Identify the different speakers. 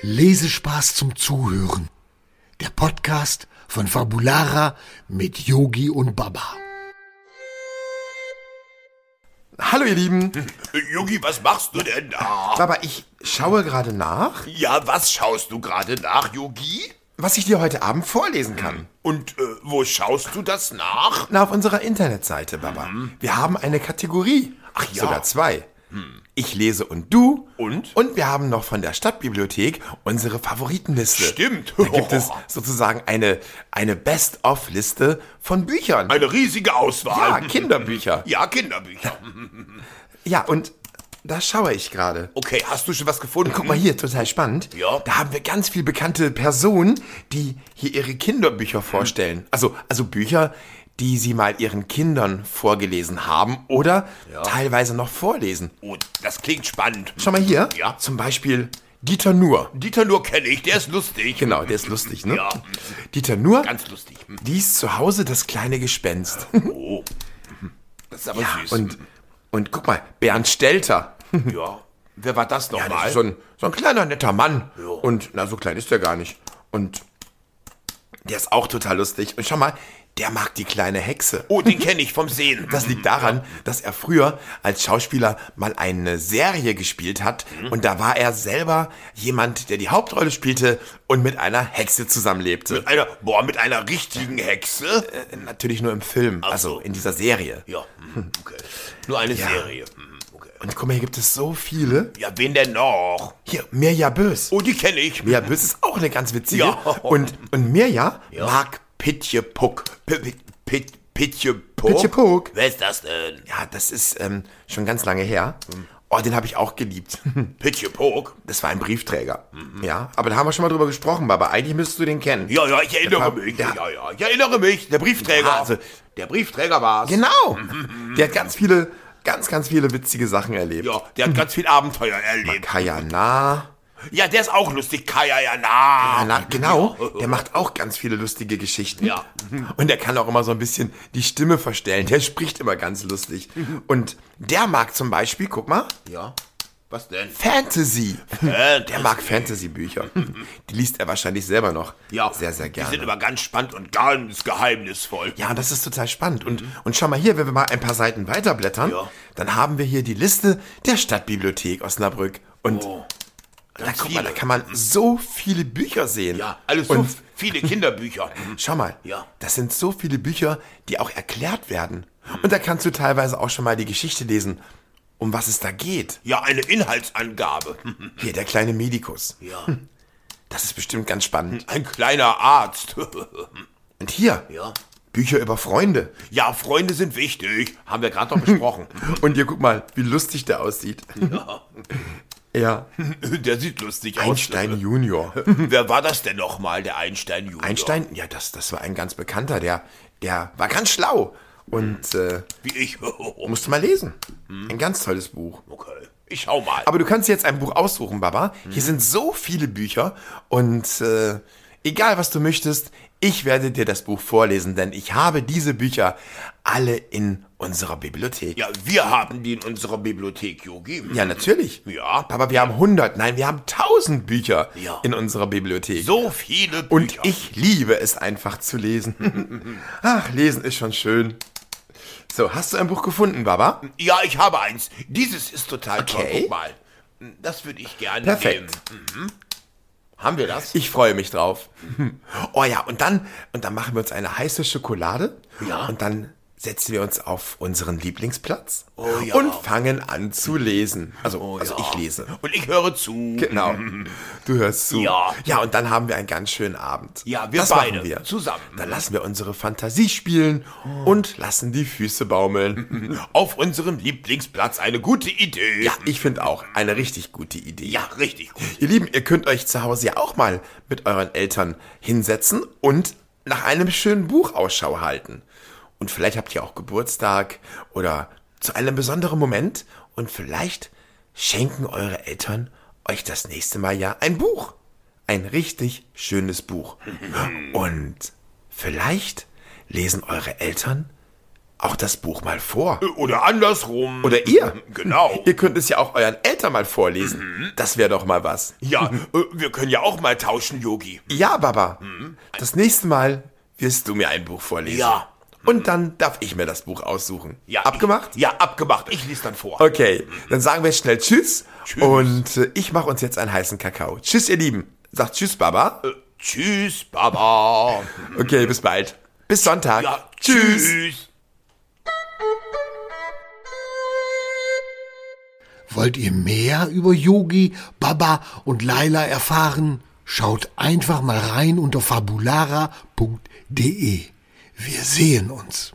Speaker 1: Lesespaß zum Zuhören. Der Podcast von Fabulara mit Yogi und Baba.
Speaker 2: Hallo ihr Lieben.
Speaker 3: Yogi, was machst du denn da?
Speaker 2: Baba, ich schaue gerade nach,
Speaker 3: Ja, was schaust du gerade nach, Yogi?
Speaker 2: was ich dir heute Abend vorlesen kann.
Speaker 3: Und äh, wo schaust du das nach?
Speaker 2: Na, auf unserer Internetseite, Baba. Wir haben eine Kategorie. Ach
Speaker 3: ja.
Speaker 2: Sogar zwei. Ich lese und du.
Speaker 3: Und?
Speaker 2: Und wir haben noch von der Stadtbibliothek unsere Favoritenliste.
Speaker 3: Stimmt.
Speaker 2: Da gibt es sozusagen eine, eine Best-of-Liste von Büchern.
Speaker 3: Eine riesige
Speaker 2: Ja,
Speaker 3: Auswahl.
Speaker 2: Kinderbücher.
Speaker 3: Ja, Kinderbücher.
Speaker 2: Ja, und da schaue ich gerade.
Speaker 3: Okay, hast du schon was gefunden?
Speaker 2: Guck mal hier, total spannend.
Speaker 3: Mhm. Ja.
Speaker 2: Da haben wir ganz viel bekannte Personen, die hier ihre
Speaker 3: Mhm.
Speaker 2: Kinderbücher vorstellen. Also, also Bücher, die sie mal ihren Kindern vorgelesen haben oder teilweise noch vorlesen.
Speaker 3: Oh, das klingt spannend.
Speaker 2: Schau mal hier.
Speaker 3: Ja.
Speaker 2: Zum Beispiel Dieter Nuhr.
Speaker 3: Dieter Nur kenne ich, der ist lustig.
Speaker 2: Genau, Hm? der ist lustig, ne?
Speaker 3: Ja.
Speaker 2: Dieter Nuhr,
Speaker 3: Ganz lustig.
Speaker 2: dies zu Hause das kleine Gespenst.
Speaker 3: Oh. Das ist aber süß.
Speaker 2: Und, und guck mal, Bernd Stelter.
Speaker 3: ja. Wer war das
Speaker 2: Ja, das
Speaker 3: nochmal?
Speaker 2: ist so ein, so ein kleiner, netter Mann.
Speaker 3: Ja.
Speaker 2: Und, na, so klein ist der gar nicht. Und der ist auch total lustig. Und schau mal, der mag die kleine Hexe.
Speaker 3: oh, den kenne ich vom Sehen.
Speaker 2: Das liegt daran, dass er früher als Schauspieler mal eine Serie gespielt hat. Und da war er selber jemand, der die Hauptrolle spielte und mit einer Hexe zusammenlebte. Äh,
Speaker 3: Einer, boah, mit einer richtigen Hexe?
Speaker 2: Natürlich nur im Film, also
Speaker 3: so.
Speaker 2: in dieser Serie.
Speaker 3: Ja, mhm, okay. Nur eine Serie. Mhm, Okay.
Speaker 2: Und guck mal, hier gibt es so viele.
Speaker 3: Ja, wen denn noch?
Speaker 2: Hier, Mirja Bös.
Speaker 3: Oh, die kenne ich.
Speaker 2: Mirja Bös ist auch eine ganz witzige.
Speaker 3: Ja.
Speaker 2: Und, und Mirja mag
Speaker 3: Pitje Puck. P- P- Pit- Pitje Puck.
Speaker 2: Pitje Puck.
Speaker 3: Wer ist das denn?
Speaker 2: Ja, das ist ähm, schon ganz lange her. Oh, den habe ich auch geliebt.
Speaker 3: Pitje Puck?
Speaker 2: Das war ein Briefträger. Ja, aber da haben wir schon mal drüber gesprochen, Baba. Eigentlich müsstest du den kennen.
Speaker 3: Mhm. Ja, ja, ich
Speaker 2: Der
Speaker 3: erinnere
Speaker 2: Pub-
Speaker 3: mich.
Speaker 2: der-
Speaker 3: Ja, ja, ich erinnere mich. Der Briefträger.
Speaker 2: Ja, also-
Speaker 3: der Briefträger war's.
Speaker 2: Genau. Der hat ganz viele, ganz, ganz viele witzige Sachen erlebt.
Speaker 3: Ja, der hat ganz viel Abenteuer erlebt.
Speaker 2: Kayana.
Speaker 3: Ja, der ist auch lustig. Kaya, Ah, ja, na.
Speaker 2: Anna, genau, der macht auch ganz viele lustige Geschichten. Mhm.
Speaker 3: Ja.
Speaker 2: Und er kann auch immer so ein bisschen die Stimme verstellen. Der spricht immer ganz lustig.
Speaker 3: Mhm.
Speaker 2: Und der mag zum Beispiel, guck mal,
Speaker 3: Ja. Was denn?
Speaker 2: Fantasy.
Speaker 3: Äh,
Speaker 2: Der mag Fantasy-Bücher. Die liest er wahrscheinlich selber noch. Sehr, sehr gerne.
Speaker 3: Die sind immer ganz spannend und ganz geheimnisvoll.
Speaker 2: Ja, und das ist total spannend. Und, und schau mal hier, wenn wir mal ein paar Seiten weiterblättern,
Speaker 3: Mhm. Ja.
Speaker 2: dann haben wir hier die Liste der Stadtbibliothek Osnabrück. Und da,
Speaker 3: Oh, ganz
Speaker 2: guck mal, da
Speaker 3: viele.
Speaker 2: kann man so viele Bücher sehen.
Speaker 3: Ja, alles so
Speaker 2: und
Speaker 3: viele Kinderbücher.
Speaker 2: Schau mal,
Speaker 3: Ja.
Speaker 2: das sind so viele Bücher, die auch erklärt werden. Und da kannst du teilweise auch schon mal die Geschichte lesen, um was es da geht.
Speaker 3: Ja, eine Inhaltsangabe.
Speaker 2: Hier, der kleine Medikus.
Speaker 3: Ja.
Speaker 2: Das ist bestimmt ganz spannend.
Speaker 3: Ein kleiner Arzt.
Speaker 2: Und hier,
Speaker 3: Ja.
Speaker 2: Bücher über Freunde.
Speaker 3: Ja, Freunde sind wichtig. Haben wir gerade noch besprochen.
Speaker 2: Und hier, guck mal, wie lustig der aussieht. Ja.
Speaker 3: Der sieht lustig
Speaker 2: Einstein
Speaker 3: aus.
Speaker 2: Junior.
Speaker 3: Wer war das denn nochmal, der Einstein Junior?
Speaker 2: Einstein, ja, das, das war ein ganz bekannter, der, der war ganz schlau und äh,
Speaker 3: Wie ich.
Speaker 2: musste mal lesen.
Speaker 3: Hm.
Speaker 2: Ein ganz tolles Buch.
Speaker 3: Okay. Ich schau mal.
Speaker 2: Aber du kannst dir jetzt ein Buch aussuchen, Baba.
Speaker 3: Mhm.
Speaker 2: Hier sind so viele Bücher und äh, egal was du möchtest, ich werde dir das Buch vorlesen, denn ich habe diese Bücher alle in unserer Bibliothek.
Speaker 3: ja, wir haben die in unserer Bibliothek, Yogi.
Speaker 2: Ja, natürlich.
Speaker 3: Ja.
Speaker 2: Baba, wir haben 100, nein, wir haben 1000 Bücher
Speaker 3: Ja.
Speaker 2: in unserer Bibliothek.
Speaker 3: So viele Bücher.
Speaker 2: Und ich liebe es einfach zu lesen. Ach, lesen ist schon schön. So, hast du ein Buch gefunden, Baba?
Speaker 3: Ja, ich habe eins. Dieses ist total toll.
Speaker 2: Okay.
Speaker 3: Guck mal. Das würde ich gerne
Speaker 2: Perfekt.
Speaker 3: nehmen. Mhm. Haben wir das?
Speaker 2: Ich freue mich drauf. Oh ja, und dann, und dann machen wir uns eine heiße Schokolade.
Speaker 3: Ja.
Speaker 2: Und dann setzen wir uns auf unseren Lieblingsplatz
Speaker 3: Oh ja. Oh
Speaker 2: und fangen an zu lesen. Also, also ich lese.
Speaker 3: Und ich höre zu.
Speaker 2: Genau. Du hörst zu.
Speaker 3: Ja.
Speaker 2: Ja, und dann haben wir einen ganz schönen Abend.
Speaker 3: Ja, wir
Speaker 2: das
Speaker 3: beide.
Speaker 2: Machen wir.
Speaker 3: Zusammen.
Speaker 2: Dann lassen wir unsere Fantasie spielen und lassen die Füße baumeln.
Speaker 3: Auf unserem Lieblingsplatz eine gute Idee.
Speaker 2: Ja, ich finde auch eine richtig gute Idee.
Speaker 3: Ja, richtig gut.
Speaker 2: Ihr Lieben, ihr könnt euch zu Hause ja auch mal mit euren Eltern hinsetzen und nach einem schönen Buch Ausschau halten. Und vielleicht habt ihr auch Geburtstag oder zu einem besonderen Moment und vielleicht schenken eure Eltern euch das nächste Mal ja ein Buch. Ein richtig schönes Buch. Und vielleicht lesen eure Eltern auch das Buch mal vor.
Speaker 3: Äh, Oder andersrum.
Speaker 2: Oder ihr. Mhm.
Speaker 3: Genau.
Speaker 2: Ihr könnt es ja auch euren Eltern mal vorlesen. Das wäre doch mal was.
Speaker 3: Ja, äh, wir können ja auch mal tauschen, Yogi.
Speaker 2: Ja, Baba. Das nächste Mal wirst Mhm. du mir ein Buch vorlesen. Mhm.
Speaker 3: Ja.
Speaker 2: Und dann darf ich mir das Buch aussuchen.
Speaker 3: Ja,
Speaker 2: Abgemacht? Äh,
Speaker 3: Ich, ja, abgemacht. Ich lese dann vor.
Speaker 2: Okay, dann sagen wir jetzt schnell Mhm. Tschüss. Und äh, ich mache uns jetzt einen heißen Kakao. Tschüss, ihr Lieben. Sagt Tschüss, Baba.
Speaker 3: Tschüss, Baba.
Speaker 2: Okay, bis bald. Bis Sonntag.
Speaker 3: Ja, tschüss.
Speaker 1: Wollt ihr mehr über Yogi, Baba und Laila erfahren? Schaut einfach mal rein unter fabulara.de. Wir sehen uns.